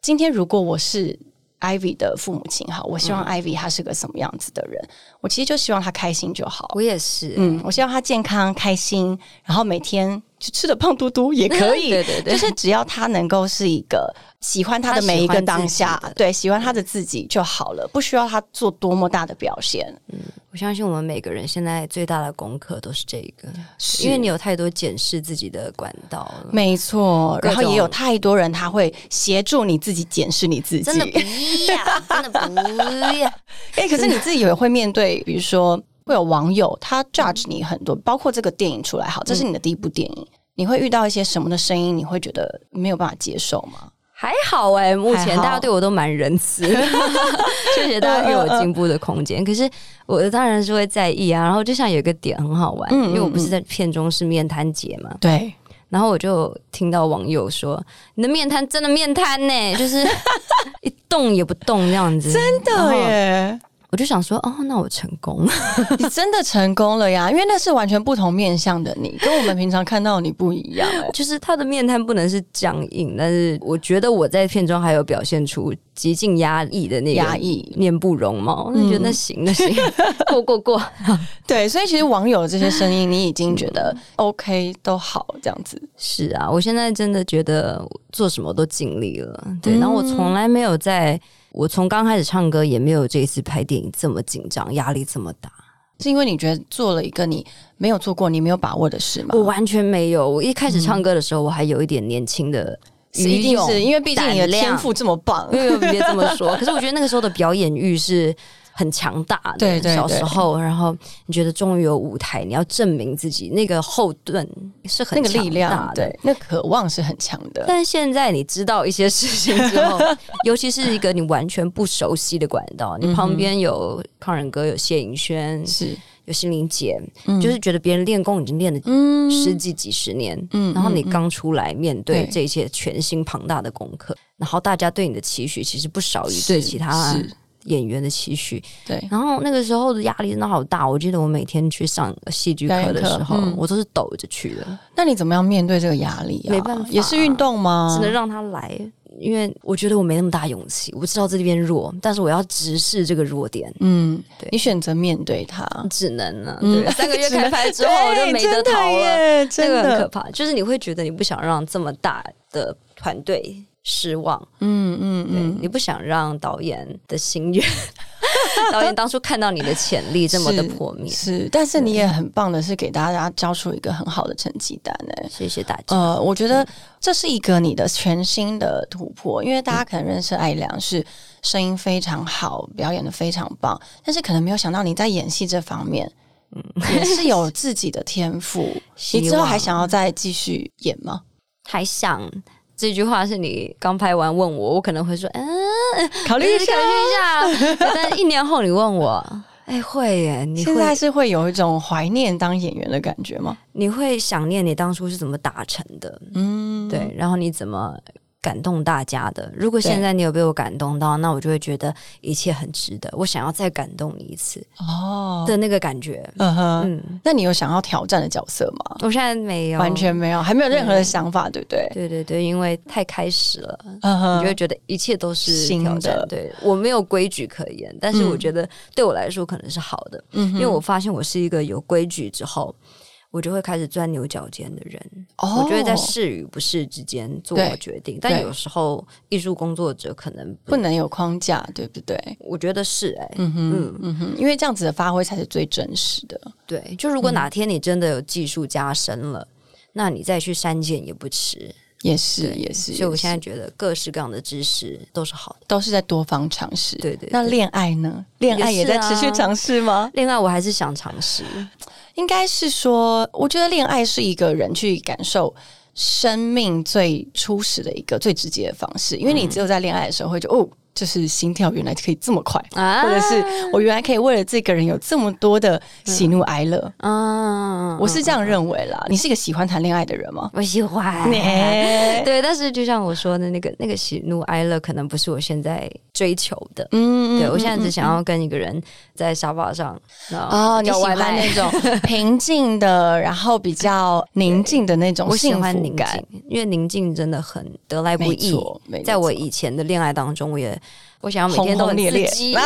Speaker 2: 今天如果我是 Ivy 的父母亲，好，我希望 Ivy 她是个什么样子的人？我其实就希望她开心就好。
Speaker 1: 我也是，
Speaker 2: 嗯，我希望她健康开心，然后每天就吃的胖嘟
Speaker 1: [laughs]
Speaker 2: 嘟也可以，
Speaker 1: 对对对，
Speaker 2: 就是只要他能够是一个喜欢他的每一个当下
Speaker 1: 他喜欢自己的，
Speaker 2: 对，喜欢他的自己就好了，不需要他做多么大的表现。
Speaker 1: 我相信我们每个人现在最大的功课都是这个，因为你有太多检视自己的管道了。
Speaker 2: 没错，
Speaker 1: 各
Speaker 2: 然
Speaker 1: 种
Speaker 2: 后也有太多人他会协助你自己检视你自己。 [laughs]
Speaker 1: 真的不要，真的不要。
Speaker 2: 哎、可是你自己也会面对，比如说会有网友他 judge 你很多，包括这个电影出来，好，这是
Speaker 1: 嗯
Speaker 2: 你的第一部电影。你会遇到一些什么的声音？你会觉得没有办法接受吗？
Speaker 1: 还好哎、目前
Speaker 2: 还好
Speaker 1: 大家对我都蛮仁慈
Speaker 2: [laughs]
Speaker 1: 的，谢谢大家给我进步的空间。可是我当然是会在意啊。然后就像有一个点很好玩，
Speaker 2: 嗯嗯
Speaker 1: 因为我不是在片中是面瘫姐嘛，
Speaker 2: 对，
Speaker 1: 然后我就听到网友说：“你的面瘫真的面瘫呢、就是
Speaker 2: [laughs]
Speaker 1: 一动也不动这样子。”真
Speaker 2: 对耶，
Speaker 1: 我就想说：“哦，那我成功了。。
Speaker 2: 哦你真的成功了呀！因为那是完全不同面向的你，跟我们平常看到的你不一样、欸
Speaker 1: [laughs] 就是他的面瘫不能是僵硬，但是我觉得我在片中还有表现出极尽压抑的那个
Speaker 2: 压抑
Speaker 1: 面部容貌，我就
Speaker 2: 嗯
Speaker 1: 觉得那行那
Speaker 2: [laughs]
Speaker 1: 行，过过过。
Speaker 2: 对，所以其实网友这些声音，你已经觉得
Speaker 1: 嗯
Speaker 2: OK 都好这样子。
Speaker 1: 是啊，我现在真的觉得做什么都尽力了，对。然后我
Speaker 2: 嗯
Speaker 1: 从来没有在，我从刚开始唱歌也没有这一次拍电影这么紧张，压力这么大，
Speaker 2: 是因为你觉得做了一个你没有做过、你没有把握的事吗？
Speaker 1: 我完全没有。我一开始
Speaker 2: 嗯
Speaker 1: 唱歌的时候，我还有一点年轻的
Speaker 2: 是一
Speaker 1: [laughs] 余
Speaker 2: 定
Speaker 1: 勇
Speaker 2: 是因为毕竟你的
Speaker 1: 胆量
Speaker 2: 天赋这么棒
Speaker 1: 没，有，别这么
Speaker 2: [laughs]
Speaker 1: 说。可是我觉得那个时候的表演欲是很强大的，
Speaker 2: 对对
Speaker 1: 小
Speaker 2: 对
Speaker 1: 时候，然后你觉得终于有舞台，你要证明自己，那个后盾是很
Speaker 2: 那个
Speaker 1: 强
Speaker 2: 力
Speaker 1: 大
Speaker 2: 量，
Speaker 1: 的。
Speaker 2: 对，那渴望是很强的。
Speaker 1: 但现在你知道一些事情之
Speaker 2: [laughs]
Speaker 1: 后，尤其是一个你完全不熟悉的管道，你旁边有胖人哥、有谢颖轩、
Speaker 2: 嗯是，
Speaker 1: 有心灵姐，就是觉得别人练功已经练了
Speaker 2: 嗯
Speaker 1: 十几几十年，
Speaker 2: 嗯
Speaker 1: 然后你刚出来面对
Speaker 2: 对
Speaker 1: 这些全新庞大的功课，然后大家对你的期许其实不少于
Speaker 2: 是
Speaker 1: 对其他嗯
Speaker 2: 是
Speaker 1: 演员的期许。
Speaker 2: 对，
Speaker 1: 然后那个时候的压力真的好大，我记得我每天去上戏剧课的时候，
Speaker 2: 表演课嗯
Speaker 1: 我都是抖着去的，
Speaker 2: 那你怎么样面对这个压力啊？
Speaker 1: 没办法
Speaker 2: 也是运动吗？
Speaker 1: 只能让他来。因为我觉得我没那么大勇气，我知道这边弱，但是我要直视这个弱点，
Speaker 2: 嗯
Speaker 1: 对，
Speaker 2: 你选择面对它。
Speaker 1: 只能了、
Speaker 2: 嗯
Speaker 1: 对，三个月
Speaker 2: [laughs] 只能
Speaker 1: 开拍之后我就没得逃了。
Speaker 2: 了，
Speaker 1: 这
Speaker 2: 真
Speaker 1: 个很可
Speaker 2: 的，
Speaker 1: 怕，就是你会觉得你不想让这么大的团队失望，
Speaker 2: 嗯嗯
Speaker 1: 对、你不想让导演的心愿， [laughs] 导演当初看到你的潜力这么的破灭，
Speaker 2: 是，但是你也很棒的是给大家交出一个很好的成绩单诶、
Speaker 1: 谢谢大家。
Speaker 2: 呃，我觉得
Speaker 1: 嗯
Speaker 2: 这是一个你的全新的突破，因为大家可能认识艾良是声音非常好，表演的非常棒，但是可能没有想到你在演戏这方面，也是有自己的天赋。
Speaker 1: 嗯 [laughs] 希
Speaker 2: 你
Speaker 1: 望
Speaker 2: 之后还想要再继续演吗？
Speaker 1: 还想这句话是你刚拍完问我，我可能会说，嗯，
Speaker 2: 考虑一下。
Speaker 1: 考虑一下。 [laughs] 但一年后你问我， [laughs] 哎，会耶，你
Speaker 2: 现在
Speaker 1: 会
Speaker 2: 是会有一种怀念当演员的感觉吗？
Speaker 1: 你会想念你当初是怎么达成的，
Speaker 2: 嗯，
Speaker 1: 对，然后你怎么？感动大家的。如果
Speaker 2: 对
Speaker 1: 现在你有被我感动到，那我就会觉得一切很值得。我想要再感动你一次
Speaker 2: 哦，
Speaker 1: 的那个感觉。
Speaker 2: 嗯哼，
Speaker 1: 嗯，
Speaker 2: 那你有想要挑战的角色吗？
Speaker 1: 我现在没有
Speaker 2: 完。全没有，还没有任何的想法，对不对？
Speaker 1: 对对对，因为太开始了，
Speaker 2: 嗯
Speaker 1: 你就
Speaker 2: 哼，
Speaker 1: 会觉得一切都是
Speaker 2: 新
Speaker 1: 挑战
Speaker 2: 的。
Speaker 1: 对我没有规矩可言，但是
Speaker 2: 嗯
Speaker 1: 我觉得对我来说可能是好的，
Speaker 2: 嗯哼
Speaker 1: 因为我发现我是一个有规矩之后，我就会开始钻牛角尖的人。
Speaker 2: 哦
Speaker 1: 我觉得在是与不是之间做
Speaker 2: 对
Speaker 1: 决定，但
Speaker 2: 对
Speaker 1: 有时候艺术工作者可能不，
Speaker 2: 不能有框架，对不对？
Speaker 1: 我觉得是哎、
Speaker 2: 嗯哼，嗯哼，因为这样子的发挥才是最真实的。
Speaker 1: 对，就
Speaker 2: 嗯
Speaker 1: 如果哪天你真的有技术加深了，那你再去删减也不迟。
Speaker 2: 也是，也是，
Speaker 1: 所以我现
Speaker 2: 在
Speaker 1: 在觉得各式各样的知识都是好的。
Speaker 2: 都是在多方尝试。
Speaker 1: 对对
Speaker 2: 那
Speaker 1: 对
Speaker 2: 恋爱呢？恋爱也
Speaker 1: 也是
Speaker 2: 在
Speaker 1: 啊
Speaker 2: 持续尝试吗？
Speaker 1: 恋爱我还是想尝试，
Speaker 2: 应该是说，我觉得恋爱是一个人去感受生命最初始的一个最直接的方式，因为你
Speaker 1: 嗯
Speaker 2: 只有在恋爱的时候会觉得、哦，就是心跳原来可以这么快。
Speaker 1: 啊
Speaker 2: 或者是我原来可以为了这个人有这么多的喜怒哀乐，
Speaker 1: 嗯，
Speaker 2: 我是这样认为啦。你是一个喜欢谈恋爱的人吗？
Speaker 1: 我喜
Speaker 2: [laughs]
Speaker 1: 欢。
Speaker 2: 你
Speaker 1: [laughs] 对，但是就像我说的那个那个喜怒哀乐，可能不是我现在追求的。
Speaker 2: 嗯
Speaker 1: 对我现在只想要跟一个人在沙发上，然后
Speaker 2: 哦，你
Speaker 1: 叫
Speaker 2: 喜
Speaker 1: 外
Speaker 2: 欢
Speaker 1: 卖
Speaker 2: 那
Speaker 1: [laughs]
Speaker 2: 种 [laughs] 平静的，然后比较宁静的那种
Speaker 1: 我喜
Speaker 2: 幸
Speaker 1: 欢
Speaker 2: 福
Speaker 1: 宁
Speaker 2: 感，
Speaker 1: 静，因为宁静真的很得来不
Speaker 2: 没
Speaker 1: 易。
Speaker 2: 错，没
Speaker 1: 在我
Speaker 2: 错
Speaker 1: 以前的恋爱当中，我也我想要每天都
Speaker 2: 轰轰
Speaker 1: 很
Speaker 2: 烈
Speaker 1: 刺
Speaker 2: 烈
Speaker 1: 激，对，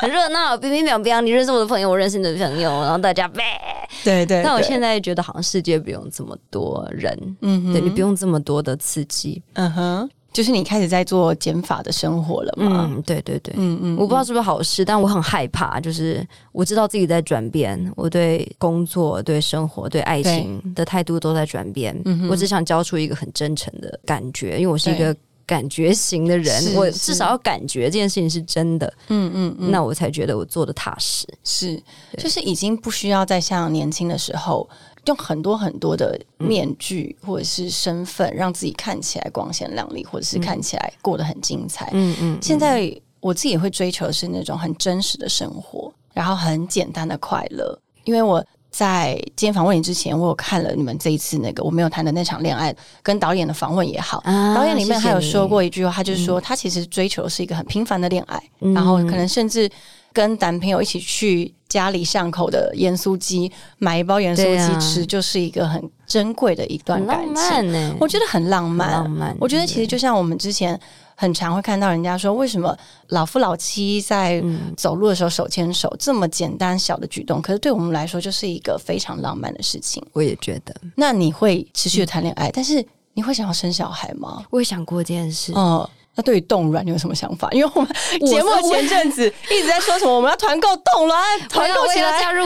Speaker 1: 很热闹，乒乒乓乓。你认识我的朋友，我认识你的朋友，然后大家呗。
Speaker 2: [laughs] 对对。
Speaker 1: [laughs] 但我现
Speaker 2: 在，
Speaker 1: 在觉得好像世界不用这么多人，
Speaker 2: 嗯哼
Speaker 1: 对你不用这么多的刺激。
Speaker 2: 嗯哼，就是你开始在做减法的生活了嘛？
Speaker 1: 嗯，对对对。
Speaker 2: 嗯嗯
Speaker 1: 我不知道是不是好事，但我很害怕。就是我知道自己在转变，我对工作、对生活、对爱情的态度都在转变。
Speaker 2: 嗯
Speaker 1: 我只想交出一个很真诚的感觉，因为我是一个感觉型的人，
Speaker 2: 是
Speaker 1: 我
Speaker 2: 是
Speaker 1: 至少要感觉这件事情是真的，
Speaker 2: 嗯嗯嗯，
Speaker 1: 那我才觉得我做的踏实。
Speaker 2: 是，
Speaker 1: 对
Speaker 2: 就是已经不需要再像年轻的时候用很多很多的面具
Speaker 1: 嗯
Speaker 2: 或者是身份，让自己看起来光鲜亮丽，或者是看起来过得很精彩。
Speaker 1: 嗯嗯，
Speaker 2: 现在我自己会追求的是那种很真实的生活，然后很简单的快乐。因为我在今天访问你之前，我有看了你们这一次那个我没有谈的那场恋爱，跟导演的访问也好，嗯
Speaker 1: 啊
Speaker 2: 导演里面还有说，过一句话，他就是说
Speaker 1: 嗯
Speaker 2: 他其实追求的是一个很平凡的恋爱，
Speaker 1: 谢谢你
Speaker 2: 然后可能甚至跟男朋友一起去家里巷口的盐酥鸡买一包盐酥
Speaker 1: 对啊
Speaker 2: 鸡吃，就是一个很珍贵的一段
Speaker 1: 很
Speaker 2: 感
Speaker 1: 嗯浪
Speaker 2: 情。
Speaker 1: 漫呢，
Speaker 2: 我觉得很浪
Speaker 1: 很
Speaker 2: 漫，
Speaker 1: 浪漫。
Speaker 2: 我觉得其实就像我们之前很常会看到人家说，为什么老夫老妻在
Speaker 1: 嗯
Speaker 2: 走路的时候手牵手，这么简单小的举动，可是对我们来说就是一个非常浪漫的事情。
Speaker 1: 我也觉得，
Speaker 2: 那你会持续的谈恋爱，但是你会想要生小孩吗？
Speaker 1: 我也想过这件事。
Speaker 2: 哦、那对于冻卵你有什么想法？因为我们
Speaker 1: 我
Speaker 2: 节目
Speaker 1: 是不会
Speaker 2: 前阵子一直在说什么我们要团购冻卵，
Speaker 1: [laughs] 我
Speaker 2: 团
Speaker 1: 要
Speaker 2: 购
Speaker 1: 我
Speaker 2: 起
Speaker 1: 也要
Speaker 2: 来。 [laughs]
Speaker 1: 加入，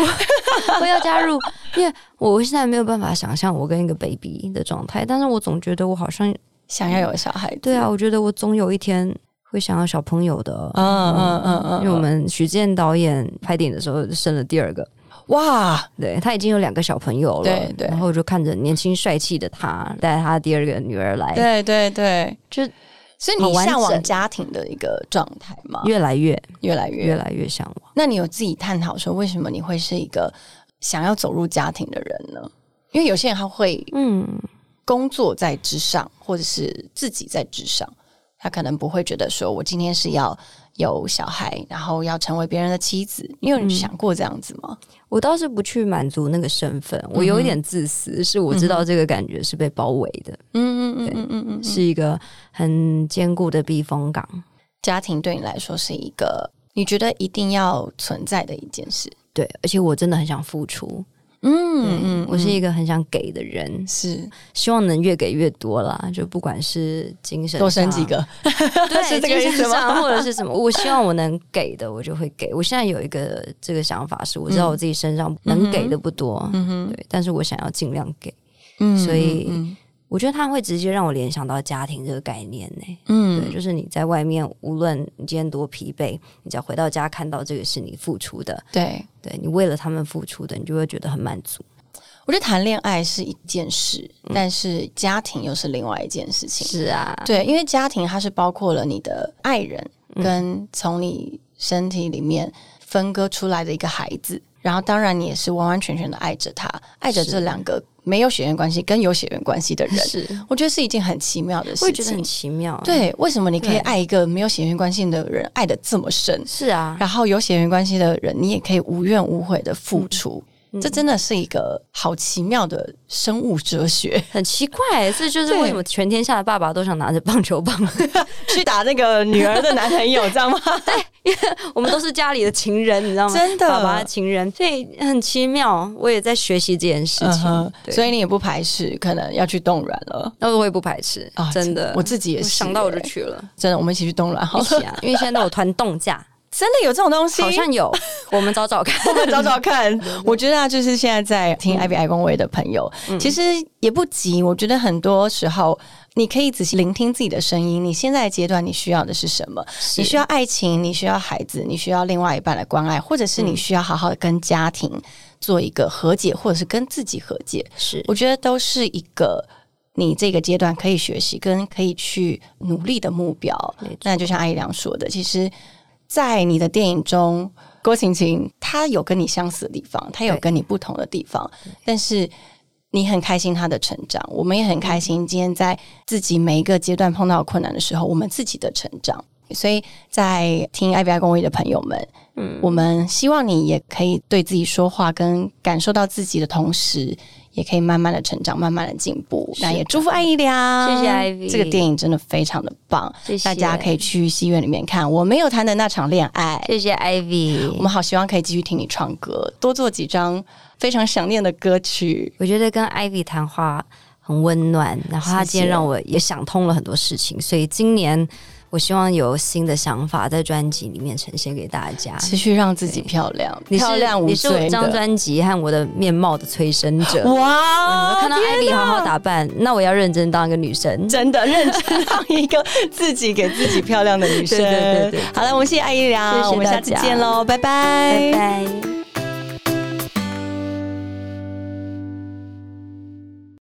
Speaker 1: 我也要加入，因为我现在没有办法想象我跟一个 baby 的状态，但是我总觉得我好像
Speaker 2: 想要有小孩，
Speaker 1: 对啊，我觉得我总有一天会想要小朋友的，
Speaker 2: 嗯，嗯嗯嗯
Speaker 1: 因为我
Speaker 2: 嗯，
Speaker 1: 们许健导演拍电影的时候生了第二个，
Speaker 2: 哇，
Speaker 1: 对他已经有两个小朋友了，
Speaker 2: 对对
Speaker 1: 然后我就看着年轻帅气的他带他第二个女儿来，
Speaker 2: 对对对，
Speaker 1: 就
Speaker 2: 所以
Speaker 1: 好
Speaker 2: 你
Speaker 1: 完
Speaker 2: 向往
Speaker 1: 整
Speaker 2: 家庭的一个状态吗？
Speaker 1: 越来越
Speaker 2: 越来越
Speaker 1: 越来越向往。
Speaker 2: 那你有自己探讨说，为什么你会是一个想要走入家庭的人呢？因为有些人他会
Speaker 1: 嗯，
Speaker 2: 工作在之上，或者是自己在之上，他可能不会觉得说我今天是要有小孩，然后要成为别人的妻子。你有想过这样子吗？
Speaker 1: 我倒是不去满足那个身份，
Speaker 2: 嗯
Speaker 1: 我有一点自私，是我知道这个感觉是被包围的。
Speaker 2: 嗯嗯嗯嗯嗯嗯，
Speaker 1: 是一个很坚固的避风港。
Speaker 2: 家庭对你来说是一个你觉得一定要存在的一件事。
Speaker 1: 对，而且我真的很想付出，
Speaker 2: 嗯嗯，
Speaker 1: 我是一个很想给的人，
Speaker 2: 是
Speaker 1: 希望能越给越多啦。就不管是精神
Speaker 2: 多生几
Speaker 1: 上，
Speaker 2: 个，
Speaker 1: 对，
Speaker 2: [laughs] 是这个意
Speaker 1: 精
Speaker 2: 思
Speaker 1: 神
Speaker 2: 吗
Speaker 1: 上？或者是什么，我希望我能给的，我就会给。我现在有一个这个想法是，我知
Speaker 2: 嗯
Speaker 1: 道我自己身上能给的不多，对，但是我想要尽量给。
Speaker 2: [laughs] 嗯
Speaker 1: 所以
Speaker 2: 嗯
Speaker 1: 我觉得它会直接让我联想到家庭这个概念呢、
Speaker 2: 嗯
Speaker 1: 对，就是你在外面，无论你今天多疲惫，你只要回到家看到这个是你付出的，
Speaker 2: 对。
Speaker 1: 对你为了他们付出的，你就会觉得很满足。
Speaker 2: 我觉得谈恋爱是一件事，
Speaker 1: 嗯
Speaker 2: 但是家庭又是另外一件事情。
Speaker 1: 是啊，
Speaker 2: 对，因为家庭它是包括了你的爱人跟从你身体里面分割出来的一个孩子，然后当然你也是完完全全的爱着他，爱着
Speaker 1: 是
Speaker 2: 这两个没有血缘关系跟有血缘关系的人，
Speaker 1: 是，
Speaker 2: 我觉得是一件很奇妙的
Speaker 1: 我
Speaker 2: 事
Speaker 1: 也觉得很
Speaker 2: 情。
Speaker 1: 奇妙。，啊
Speaker 2: 对，为什么你可以
Speaker 1: 对
Speaker 2: 爱一个没有血缘关系的人爱的这么深？
Speaker 1: 是啊，
Speaker 2: 然后有血缘关系的人，你也可以无怨无悔的付出。这真的是一个好奇妙的生物哲学，
Speaker 1: 很奇怪，这就是
Speaker 2: 对
Speaker 1: 为什么全天下的爸爸都想拿着棒球 [laughs] 棒。
Speaker 2: [laughs] 去打那个女儿的男朋 [laughs] 友，知道吗？
Speaker 1: 我们都是家里的情人，你知道吗？
Speaker 2: 真的
Speaker 1: 爸爸的情人，所以很奇妙。我也在学习这件事
Speaker 2: 嗯
Speaker 1: 情，
Speaker 2: 哼
Speaker 1: 对
Speaker 2: 所以你也不排斥可能要去冻卵了
Speaker 1: 那我也不排斥，
Speaker 2: 啊
Speaker 1: 真的。
Speaker 2: 我自己也
Speaker 1: 我
Speaker 2: 是
Speaker 1: 想到我就
Speaker 2: 欸
Speaker 1: 去了，
Speaker 2: 真的，我们一起去冻卵好
Speaker 1: 一
Speaker 2: 了。
Speaker 1: 起 [laughs] 啊，因为现在都有团动 [laughs] 价，
Speaker 2: 真的有这种东西？
Speaker 1: 好像 [laughs] 有，我们找找看。
Speaker 2: 我们找找看。我觉得啊，就是现在在听 I B I 公位的朋友，其实也不急。我觉得很多时候，你可以仔细聆听自己的声音。你现在的阶段你需要的是什么？你需要爱情，你需要孩子，你需要另外一半的关爱，或者是你需要好好的跟家庭做一个和解，或者是跟自己和解。
Speaker 1: 是
Speaker 2: 我觉得都是一个。你这个阶段可以学习跟可以去努力的目标
Speaker 1: 没错，
Speaker 2: 那就像阿姨良说的，其实，在你的电影中，郭晴晴她有跟你相似的地方，她有
Speaker 1: 对
Speaker 2: 跟你不同的地方，但是你很开心她的成长，我们也很开心今天在自己每一个阶段碰到困难的时候，我们自己的成长。所以在听 IBI 公益的朋友们，嗯，我们希望你也可以对自己说话，跟感受到自己的同时，也可以慢慢的成长，慢慢的进步。那也祝福艾姨良，
Speaker 1: 谢谢 Ivy
Speaker 2: 这个电影真的非常的棒，
Speaker 1: 谢谢
Speaker 2: 大家可以去戏院里面看。我没有谈的那场恋爱，
Speaker 1: 谢谢
Speaker 2: 我
Speaker 1: Ivy。
Speaker 2: 们好希望可以继续听你唱歌，多做几张非常想念的歌曲。
Speaker 1: 我觉得跟 Ivy 谈话很温暖，然后她
Speaker 2: 谢谢
Speaker 1: 今天让我也想通了很多事情，所以今年我希望有新的想法在专辑里面呈现给大家。
Speaker 2: 持续让自己漂亮，
Speaker 1: 你是
Speaker 2: 漂亮无
Speaker 1: 你是我
Speaker 2: 罪
Speaker 1: 这张
Speaker 2: 的。
Speaker 1: 专辑和我的面貌的催生者。
Speaker 2: 哇
Speaker 1: 我看到艾比好好打扮，那我要认真当一个女神。
Speaker 2: 真的认真当一个自己给自己漂亮的女生。
Speaker 1: [laughs] 对对对对对
Speaker 2: 好了，我们谢谢艾依良，
Speaker 1: 谢谢
Speaker 2: 我们下次
Speaker 1: 大家
Speaker 2: 见喽，拜
Speaker 1: 拜拜。